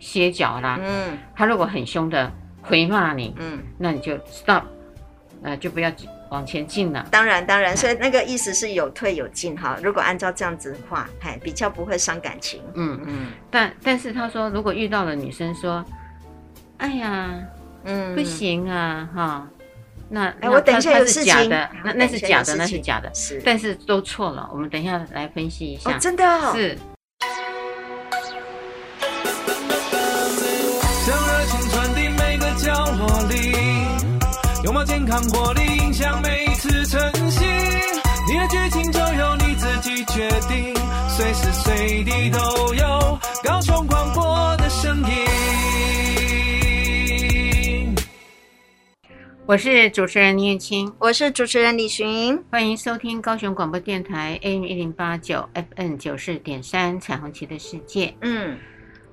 B: 歇脚啦，
C: 嗯
B: 他如果很凶的回骂你，
C: 嗯。
B: 那你就 stop，呃，就不要往前进了。
C: 当然，当然，所以那个意思是有退有进哈。如果按照这样子的话，哎，比较不会伤感情。
B: 嗯，
C: 嗯
B: 但但是他说，如果遇到了女生说，哎呀，
C: 嗯，
B: 不行啊，哈，那
C: 哎
B: 那
C: 我等一
B: 他
C: 下
B: 他
C: 有
B: 是
C: 事
B: 假
C: 情
B: 的，那
C: 等
B: 那
C: 一
B: 是
C: 下
B: 假
C: 有
B: 的，
C: 事
B: 那是
C: 情
B: 假的，
C: 是
B: 但是都错了。我们等一下来分析一下
C: 哦，，真的哦，
B: 是
A: 将热情传递每个角落里，拥抱健康活力，影响每一次晨曦。你的剧情就由你自己决定，随时随地都有高雄广播的声音。
B: 我是主持人念青。
C: 我是主持人李寻，
B: 欢迎收听高雄广播电台 AM 一零八九 FM 九四点三《彩虹旗的世界》
C: 嗯，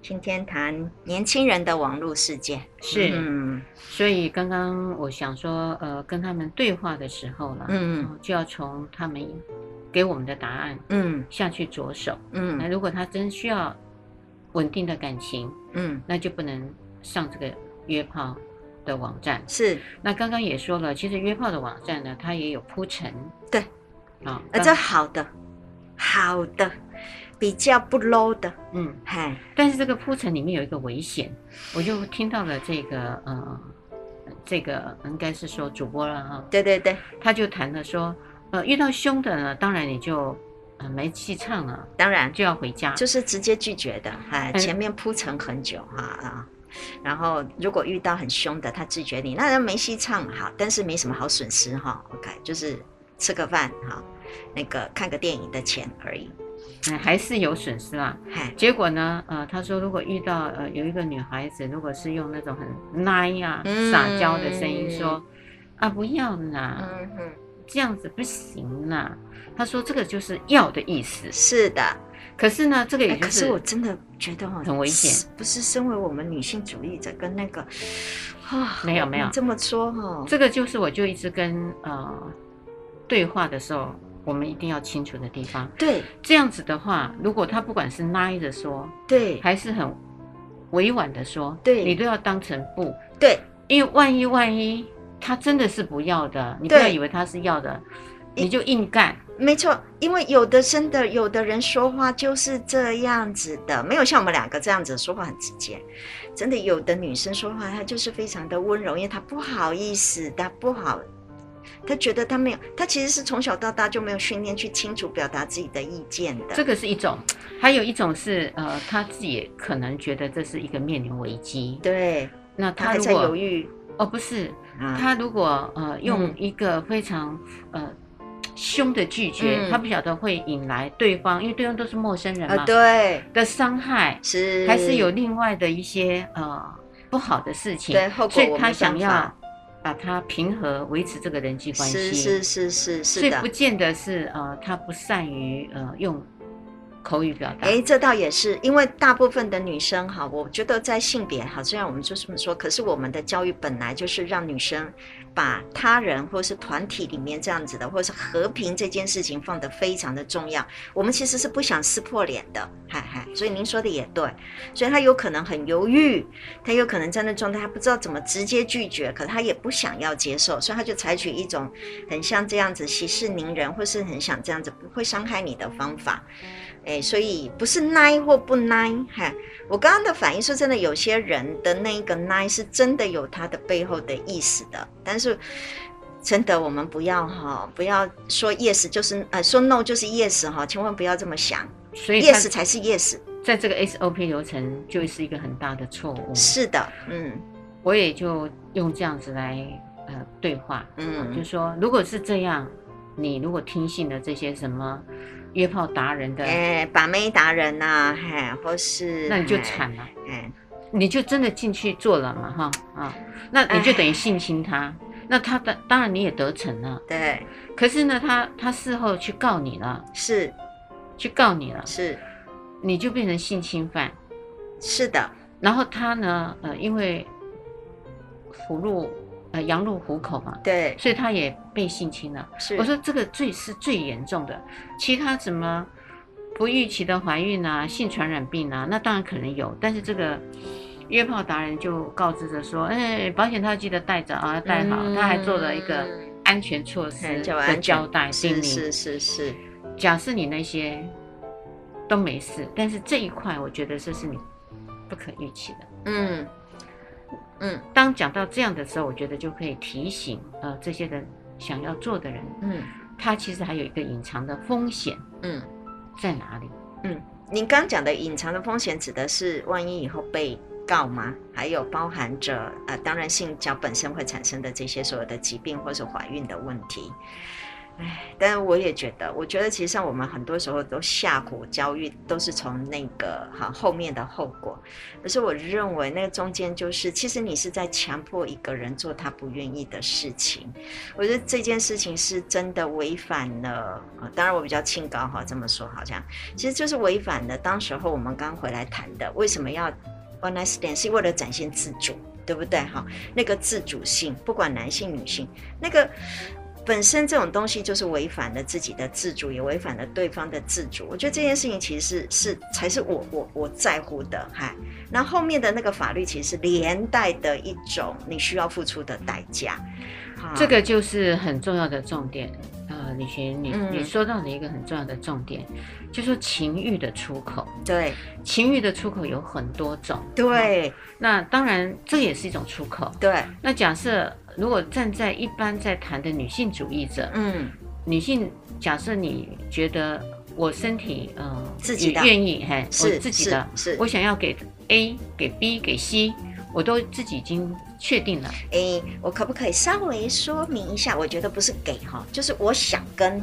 C: 今天谈年轻人的网络世界，
B: 是，
C: 嗯
B: 所以刚刚我想说，呃，跟他们对话的时候了，
C: 嗯
B: 就要从他们给我们的答案
C: 嗯
B: 下去着手。那
C: 嗯
B: 如果他真需要稳定的感情，
C: 嗯，
B: 那就不能上这个约炮的网站。
C: 是，
B: 那刚刚也说了，其实约炮的网站呢，它也有铺陈。
C: 对，
B: 啊、
C: 呃，这
B: 刚
C: 好的，好的，比较不 low 的，
B: 嗯。
C: 嘿，
B: 但是这个铺陈里面有一个危险，我就听到了这个呃，这个应该是说主播了哈，
C: 对对对，
B: 他就谈了说，呃，遇到凶的呢，当然你就呃没气唱了，
C: 当然
B: 就要回家。
C: 就是直接拒绝的，哎，
B: 嗯
C: 前面铺陈很久哈啊。然后，如果遇到很凶的，他拒绝你，那没戏唱好，但是没什么好损失哈。OK，就是吃个饭哈，那个看个电影的钱而已。
B: 嗯，还是有损失啦。
C: 嗨，
B: 结果呢，呃，他说如果遇到呃有一个女孩子，如果是用那种很奶呀、
C: 嗯
B: 撒娇的声音说。啊，不要啦，
C: 嗯哼。
B: 这样子不行啦。他说这个就是要的意思，
C: 是的，
B: 可是呢，这个
C: 哎
B: 也就
C: 可是
B: 是
C: 我真的觉得哦
B: 很危险，
C: 是不是身为我们女性主义者跟那个啊，
B: 没有没有
C: 你这么说哈，
B: 这个就是我就一直跟呃对话的时候，我们一定要清楚的地方。
C: 对
B: 这样子的话，如果他不管是拉着说，
C: 对
B: 还是很委婉的说，
C: 对
B: 你都要当成不，
C: 对，
B: 因为万一万一他真的是不要的，你不要
C: 对
B: 以为他是要的，
C: 一
B: 你就硬干。
C: 没错，因为有的真的有的人说话就是这样子的，没有像我们两个这样子说话很直接。真的，有的女生说话她就是非常的温柔，因为她不好意思，她不好，她觉得她没有，她其实是从小到大就没有训练去清楚表达自己的意见的。
B: 这个是一种，还有一种是呃他自己也可能觉得这是一个面临危机，
C: 对，
B: 那
C: 她
B: 他
C: 还
B: 如
C: 在犹
B: 果
C: 豫
B: 哦不是，
C: 啊。
B: 他如果呃用
C: 嗯
B: 一个非常呃凶的拒绝，
C: 嗯
B: 他不晓得会引来对方，因为对方都是陌生人
C: 啊、
B: 嘛、
C: 对，
B: 的伤害，
C: 是
B: 还是有另外的一些呃不好的事情
C: 对后，果
B: 所以
C: 我
B: 他
C: 没
B: 想
C: 办
B: 要
C: 法
B: 把它平和，维持这个人际关系。
C: 是是是是
B: 所
C: 是
B: 以
C: 的
B: 不。见得是呃，他不善于呃用口语表达。
C: 哎，这倒也是，因为大部分的女生哈，我觉得在性别哈，虽然我们就这么说，可是我们的教育本来就是让女生把他人或是团体里面这样子的，或是和平这件事情放得非常的重要。我们其实是不想撕破脸的，嗨嗨，所以您说的也对，所以她有可能很犹豫，她有可能在那状态，她不知道怎么直接拒绝，可她也不想要接受，所以她就采取一种很像这样子息事宁人，或是很想这样子不会伤害你的方法。哎，所以不是奶或不奶，哈，我刚刚的反应说真的，有些人的那一个奶是真的有他的背后的意思的，但是真的我们不要哈，不要说 yes 就是呃说 no 就是 yes 哈，千万不要这么想
B: 所哎以他哦
C: ，yes 才是 yes，
B: 在这个 SOP 流程就是一个很大的错误。
C: 是的，嗯
B: 我也就用这样子来呃对话，就
C: 嗯，
B: 说如果是这样，你如果听信了这些什么约炮达人的，
C: 哎，把妹达人呐、啊，嘿，或是
B: 那你就
C: 嘿，
B: 惨了，
C: 哎，
B: 你就真的进去做了嘛哈啊，那你就等
C: 哎
B: 于性侵他。那他当当然你也得逞了，
C: 对，
B: 可是呢，他他事后去告你了，
C: 是
B: 去告你了，
C: 是
B: 你就变成性侵犯。
C: 是的，
B: 然后他呢，呃，因为虎入呃羊入虎口嘛，
C: 对，
B: 所以他也被性侵了。
C: 是，
B: 我说这个最是最严重的，其他什么不预期的怀孕啊、性传染病啊，那当然可能有，但是这个约炮达人就告知着说，哎，保险套要记得带着啊，要带好。他还做了一个
C: 嗯
B: 安全措施
C: 嗯叫
B: 的
C: 安全
B: 交代叮
C: 是
B: 咛。
C: 是是是，
B: 假设你那些都没事，但是这一块我觉得这是你不可预期的。
C: 嗯嗯
B: 当讲到这样的时候，我觉得就可以提醒呃这些人想要做的人，
C: 嗯
B: 他其实还有一个隐藏的风险
C: 嗯
B: 在哪里？
C: 嗯，您刚讲的隐藏的风险指的是万一以后被告吗？还有包含着呃，当然性交本身会产生的这些所有的疾病或是怀孕的问题。唉，但是我也觉得，我觉得其实上我们很多时候都下苦教育，都是从那个哈后面的后果。可是我认为那个中间就是，其实你是在强迫一个人做他不愿意的事情。我觉得这件事情是真的违反了，呃、当然我比较清高哈，这么说好像其实就是违反了当时候我们刚回来谈的，为什么要 one night stand 是为了展现自主，对不对哈？那个自主性，不管男性女性，那个本身这种东西就是违反了自己的自主，也违反了对方的自主。我觉得这件事情其实是是才是我我我在乎的，嗨。那后面的那个法律其实是连带的一种你需要付出的代价。哈
B: 这个就是很重要的重点。呃，李寻，你
C: 嗯
B: 你说到了一个很重要的重点，就说情欲的出口，
C: 对
B: 情欲的出口有很多种。
C: 对
B: 那当然，这也是一种出口。
C: 对，
B: 那假设如果站在一般在谈的女性主义者，
C: 嗯
B: 女性假设你觉得我身体呃
C: 自己的
B: 也愿意嘿，我
C: 是
B: 自己的，
C: 是是
B: 我想要给 A 给 B 给 C，我都自己已经确定了。嗯
C: 诶，我可不可以稍微说明一下？我觉得不是给哈，就是我想跟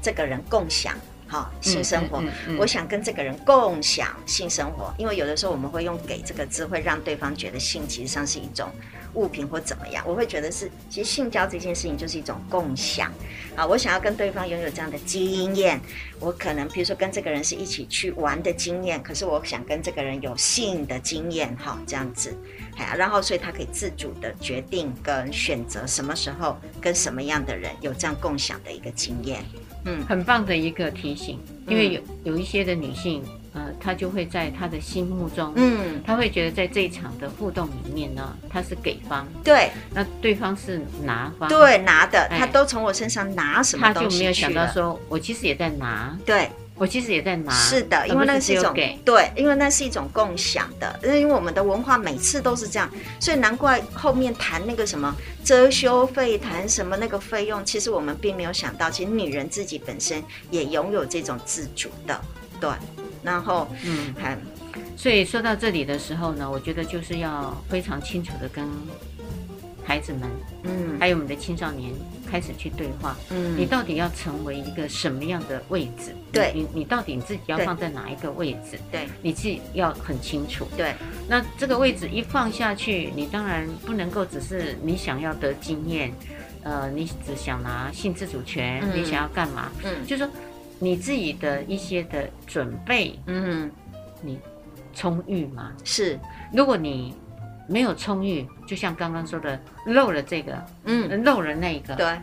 C: 这个人共享哈性生活。
B: 嗯嗯嗯嗯
C: 我想跟这个人共享性生活，因为有的时候我们会用“给”这个字，会让对方觉得性其实上是一种物品或怎么样。我会觉得是，其实性交这件事情就是一种共享啊。我想要跟对方拥有这样的经验，我可能比如说跟这个人是一起去玩的经验，可是我想跟这个人有性的经验哈，这样子。哎，然后所以他可以自主的决定跟选择什么时候跟什么样的人有这样共享的一个经验。嗯，
B: 很棒的一个提醒，因为有有一些的女性，呃，她就会在她的心目中，
C: 嗯，
B: 她会觉得在这一场的互动里面呢，她是给方，
C: 对。
B: 那对方是拿方，，
C: 对，拿的，
B: 哎
C: 他都从我身上拿什
B: 她
C: 么
B: 就
C: 东西
B: 没有想
C: 去
B: 到
C: 了
B: 说，我其实也在拿，
C: 对，
B: 我其实也在拿，
C: 是的，因
B: 啊而
C: 为
B: 不
C: 那
B: 只
C: 是一
B: 有
C: 种
B: 给，
C: 对，因为那是一种共享的，因为我们的文化每次都是这样，所以难怪后面谈那个什么遮羞费，谈什么那个费用，其实我们并没有想到，其实女人自己本身也拥有这种自主的，对，然后
B: 嗯，
C: 还
B: 所以说到这里的时候呢，我觉得就是要非常清楚的跟孩子们，
C: 嗯
B: 还有我们的青少年开始去对话，你
C: 嗯，
B: 到底要成为一个什么样的位置？
C: 对
B: 你，你到底你自己要
C: 对
B: 放在哪一个位置？
C: 对
B: 你自己要很清楚。
C: 对
B: 那这个位置一放下去，你当然不能够只是你想要得经验，呃，你只想拿性自主权，
C: 嗯
B: 你想要干嘛？
C: 嗯
B: 就是说你自己的一些的准备
C: 嗯
B: 充裕吗？
C: 是
B: 如果你没有充裕，就像刚刚说的，漏了这个，
C: 嗯
B: 漏了那个，
C: 对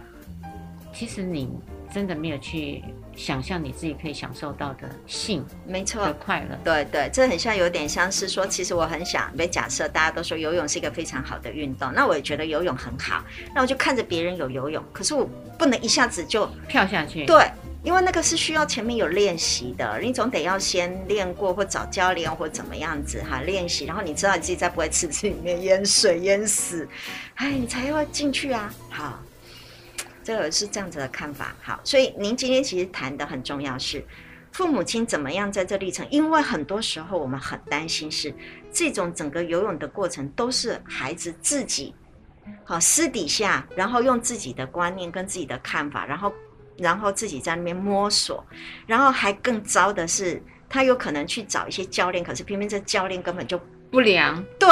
B: 其实你真的没有去想象你自己可以享受到的性
C: 没错
B: 和。快乐。
C: 对对，这很像有点像是说，其实我很想，被假设大家都说游泳是一个非常好的运动，那我也觉得游泳很好，那我就看着别人有游泳，可是我不能一下子就
B: 跳下去，
C: 对，因为那个是需要前面有练习的，你总得要先练过或找教练或怎么样子哈练习，然后你知道你自己在不会池子里面淹水淹死，哎，你才要进去啊。好，这个是这样子的看法。好，所以您今天其实谈的很重要是。父母亲怎么样在这历程？因为很多时候我们很担心是这种整个游泳的过程都是孩子自己好私底下，然后用自己的观念跟自己的看法，然后然后自己在那边摸索，然后还更糟的是，他有可能去找一些教练，可是偏偏这教练根本就
B: 不良
C: 对，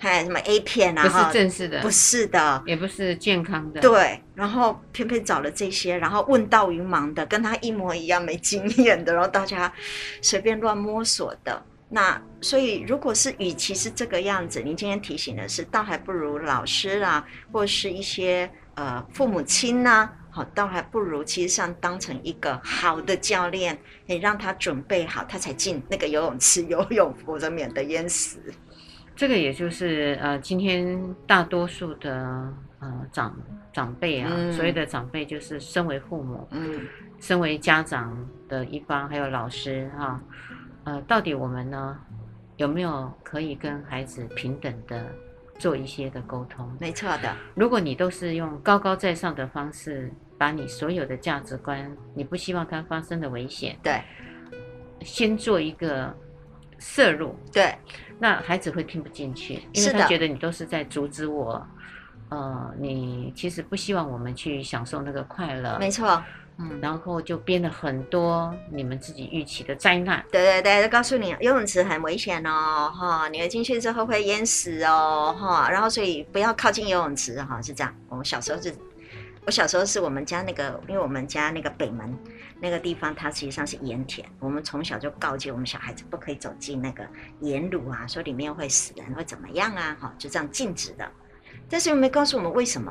C: 还有什么 A 片
B: 不
C: 啊，
B: 是
C: 哈
B: 正式的，
C: 不是的，
B: 也不是健康的，
C: 对，然后偏偏找了这些，然后问到于盲的，跟他一模一样没经验的，然后大家随便乱摸索的。那所以，如果是与其是这个样子，您今天提醒的是，倒还不如老师啦、或是一些呃父母亲呐、好，倒还不如其实上当成一个好的教练，你让他准备好，他才进那个游泳池 游泳，否则免得淹死。
B: 这个也就是呃，今天大多数的呃长长辈啊，
C: 嗯
B: 所谓的长辈就是身为父母、
C: 嗯，
B: 身为家长的一方，还有老师哈、呃，到底我们呢有没有可以跟孩子平等的做一些的沟通？
C: 没错的，
B: 如果你都是用高高在上的方式，把你所有的价值观，你不希望它发生的危险，
C: 对
B: 先做一个摄入，
C: 对，
B: 那孩子会听不进去，因
C: 是
B: 为
C: 的
B: 他觉得你都是在阻止我。呃，你其实不希望我们去享受那个快乐，
C: 没错，嗯。
B: 然后就编了很多你们自己预期的灾难。
C: 对对对，就告诉你游泳池很危险哦，哈、你们进去之后会淹死哦，哈、然后所以不要靠近游泳池哈、是这样。我们小时候是，我小时候是我们家那个，因为我们家那个北门那个地方，它实际上是盐田，我们从小就告诫我们小孩子不可以走进那个盐炉啊，说里面会死人，会怎么样啊，哈、就这样禁止的。但是又没告诉我们为什么，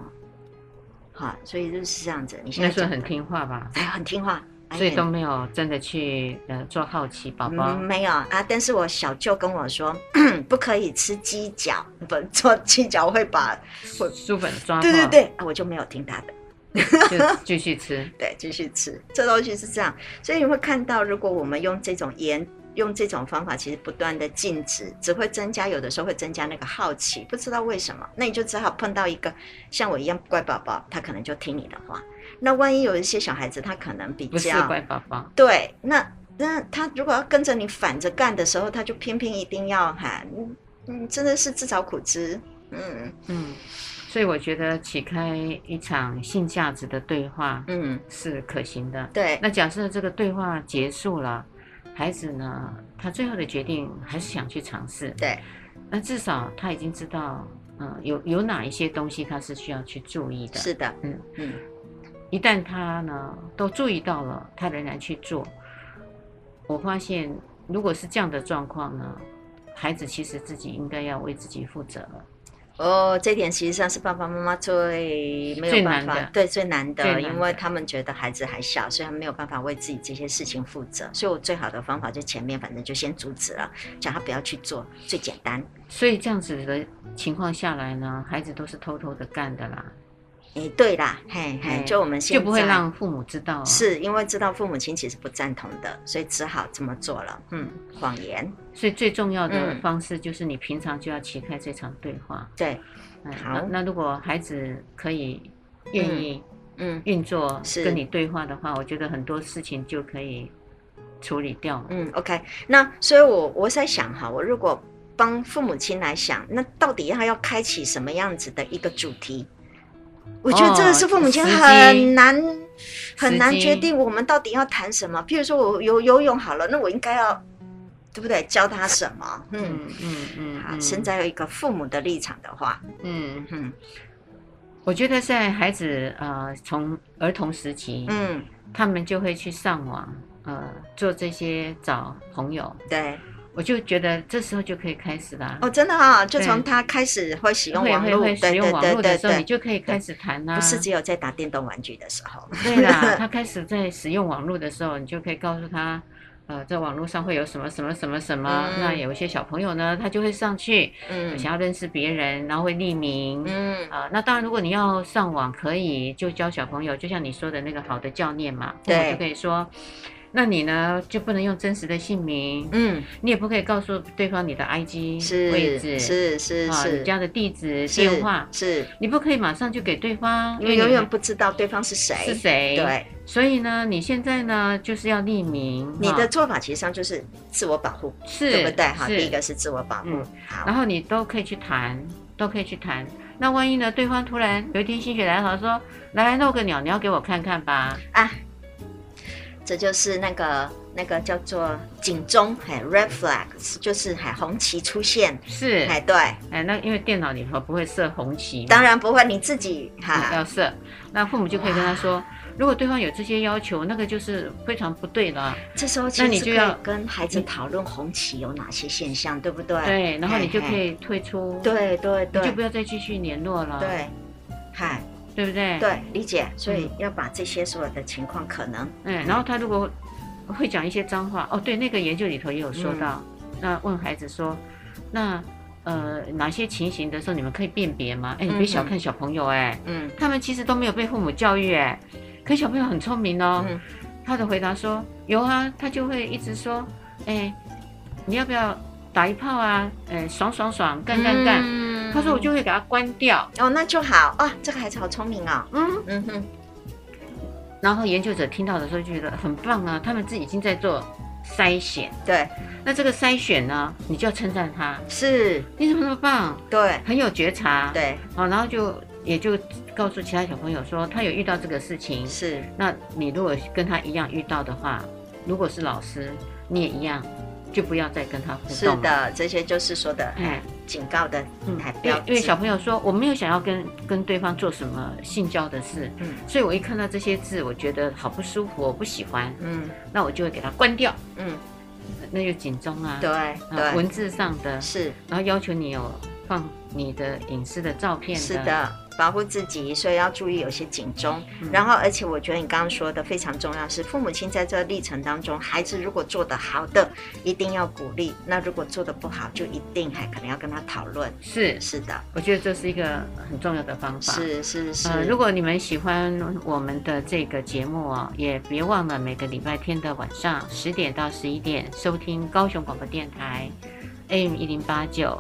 C: 哈、所以就是这样子。你现
B: 那
C: 在
B: 时候
C: 讲的
B: 很，听话吧，
C: 哎，很听话，哎
B: 所以都没有真的去呃做好奇宝宝。
C: 嗯，没有啊，但是我小舅跟我说， 不可以吃鸡脚，不做鸡脚会把，我
B: 书本抓
C: 对对
B: 破，
C: 对，啊我就没有听他的，
B: 就继续吃。
C: 对，继续吃，这东西是这样，所以你会看到，如果我们用这种盐。用这种方法，其实不断的禁止，只会增加，有的时候会增加那个好奇，不知道为什么。那你就只好碰到一个像我一样乖宝宝，他可能就听你的话。那万一有一些小孩子，他可能比较
B: 不是乖宝宝，
C: 对，那那他如果要跟着你反着干的时候，他就偏偏一定要喊，嗯嗯，真的是自找苦吃，嗯
B: 嗯，所以我觉得启开一场性价值的对话
C: 嗯，
B: 是可行的。
C: 对，
B: 那假设这个对话结束了，孩子呢，他最后的决定还是想去尝试。
C: 对，
B: 那至少他已经知道，嗯、有有哪一些东西他是需要去注意的。
C: 是，的，
B: 嗯
C: 嗯，
B: 一旦他呢都注意到了，他仍然去做，我发现如果是这样的状况呢，孩子其实自己应该要为自己负责了。
C: 哦，这点实际上是爸爸妈妈最没
B: 最
C: 有办
B: 难
C: 法
B: 的，
C: 对最难的，
B: 最难的
C: 因为他们觉得孩子还小，所以他没有办法为自己这些事情负责，所以我最好的方法就前面反正就先阻止了，叫他不要去做，最简单。
B: 所以这样子的情况下来呢，孩子都是偷偷的干的啦，
C: 诶，对啦，嘿嘿，
B: 哎
C: 就我们现
B: 就
C: 在
B: 不会让父母知道、啊。
C: 是因为知道父母亲其实不赞同的，所以只好这么做了。嗯，谎言，
B: 所以最重要的
C: 嗯
B: 方式就是你平常就要启开这场对话。
C: 对，
B: 嗯，
C: 好
B: 那那如果孩子可以愿意
C: 嗯
B: 运作
C: 是
B: 跟你对话的话，我觉得很多事情就可以处理掉了。
C: 嗯，OK。那所以我，我在想哈，我如果帮父母亲来想，那到底要要开启什么样子的一个主题？我觉得这个是父母亲
B: 哦时机
C: 很难、很难
B: 时机
C: 决定我们到底要谈什么。譬如说我游游泳好了，那我应该要对不对？教他什么？嗯，
B: 嗯嗯
C: 好，
B: 嗯，
C: 身在有一个父母的立场的话，
B: 嗯，
C: 嗯
B: 我觉得在孩子呃从儿童时期，
C: 嗯，
B: 他们就会去上网呃做这些找朋友，
C: 对，
B: 我就觉得这时候就可以开始啦。
C: 哦，真的哈、就
B: 对
C: 从他开始会使用
B: 会
C: 网
B: 会
C: 络，
B: 会
C: 对
B: 使用
C: 对
B: 网
C: 对
B: 络的
C: 对
B: 时候，你
C: 对，
B: 就可以开始谈啦、
C: 不是只有在打电动玩具的时候，
B: 对 啦，他开始在使用网络的时候，你就可以告诉他，呃，在网络上会有什么什么什么什么。
C: 嗯
B: 那有一些小朋友呢，他就会上去，
C: 嗯
B: 想要认识别人，然后会匿名。
C: 嗯，
B: 啊、那当然，如果你要上网，可以就教小朋友，就像你说的那个好的教练嘛，父母
C: 对
B: 就可以说，那你呢就不能用真实的姓名，
C: 嗯，
B: 你也不可以告诉对方你的 IG 位
C: 是
B: 置，
C: 是是
B: 啊，你
C: 是，
B: 家的地址、
C: 是
B: 电话，
C: 是，
B: 你不可以马上就给对方，
C: 因为永
B: 你
C: 远不知道对方是谁，
B: 是谁，
C: 对，
B: 所以呢，你现在呢就是要匿名，
C: 你
B: 哈
C: 的做法其实上就是自我保护，
B: 哦是
C: 对不对？哈，
B: 是
C: 第一个是自我保护
B: 嗯，
C: 好
B: 然，后你都可以去谈，都可以去谈。那万一呢，对方突然有一天心血来潮说，来来弄个鸟，你要给我看看吧，
C: 这就是那个那个叫做警钟，哎，red flag，就是哎红旗出现，
B: 是，
C: 哎，对，
B: 哎，那因为电脑里头不会设红旗嘛，
C: 当然不会，你自己
B: 你
C: 哈，
B: 要设，那父母就可以跟他说，如果对方有这些要求，那个就是非常不对的，
C: 这时候其
B: 那
C: 实
B: 你
C: 是
B: 就
C: 可
B: 要嗯
C: 以跟孩子讨论红旗有哪些现象，对不对？
B: 对，然后你就可
C: 嘿，
B: 以退出，
C: 嘿，对对
B: 你就
C: 对
B: 不要再继续联络了，，
C: 对，嗨，
B: 对不对？，
C: 对，理解，所以要把这些所有的情况可能，
B: 嗯，然后他如果会讲一些脏话，哦，对，那个研究里头也有说到，
C: 嗯
B: 那问孩子说，那呃哪些情形的时候你们可以辨别吗？哎，你别
C: 嗯哼
B: 小看小朋友哎，
C: 嗯
B: 他们其实都没有被父母教育哎，可小朋友很聪明哦。
C: 嗯
B: 他的回答说有啊，他就会一直说，哎，你要不要打一炮啊？哎，爽爽爽，干干干。
C: 嗯
B: 他说我就会给他关掉，
C: 哦，那就好啊，这个孩子好聪明哦，
B: 嗯，
C: 嗯哼，
B: 然后研究者听到的时候就觉得很棒啊，他们自己已经在做筛选。
C: 对，
B: 那这个筛选呢，你就要称赞他，
C: 是，
B: 你怎么那么棒，
C: 对，
B: 很有觉察，，
C: 对，
B: 好、然后就也就告诉其他小朋友说，他有遇到这个事情，
C: 是，
B: 那你如果跟他一样遇到的话，如果是老师，你也一样，就不要再跟他互
C: 是
B: 动了。
C: 的，这些就是说的，
B: 哎
C: 哎，警告的
B: 嗯
C: 哎，
B: 因
C: 标
B: 为因为
C: 志
B: 小朋友说我没有想要跟跟对方做什么性交的事，
C: 嗯
B: 所以我一看到这些字，我觉得好不舒服，我不喜欢，
C: 嗯
B: 那我就会给他关掉，
C: 嗯，
B: 那就警钟啊，
C: 对
B: 啊
C: 对，
B: 文字上的
C: 是
B: 然后要求你有放你的隐私的照片
C: 是的，保护自己，所以要注意有些警钟。
B: 嗯
C: 然后，而且我觉得你刚刚说的非常重要，是父母亲在这历程当中，孩子如果做得好的，一定要鼓励；那如果做得不好，就一定还可能要跟他讨论。
B: 是，
C: 是的，
B: 我觉得这是一个很重要的方法。
C: 是是是。
B: 呃，如果你们喜欢我们的这个节目哦，也别忘了每个礼拜天的晚上十点到十一点收听高雄广播电台 AM 一零八九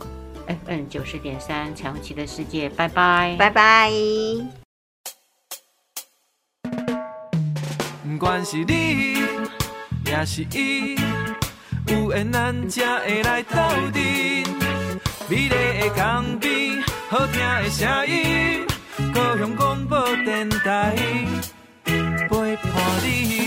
B: FM 九十点三《彩虹旗的世界》，拜拜，
C: 拜拜。
A: 不管是你，也是伊，有缘咱才会来斗阵。美丽的江边，好听的声音，高雄广播电台陪伴你。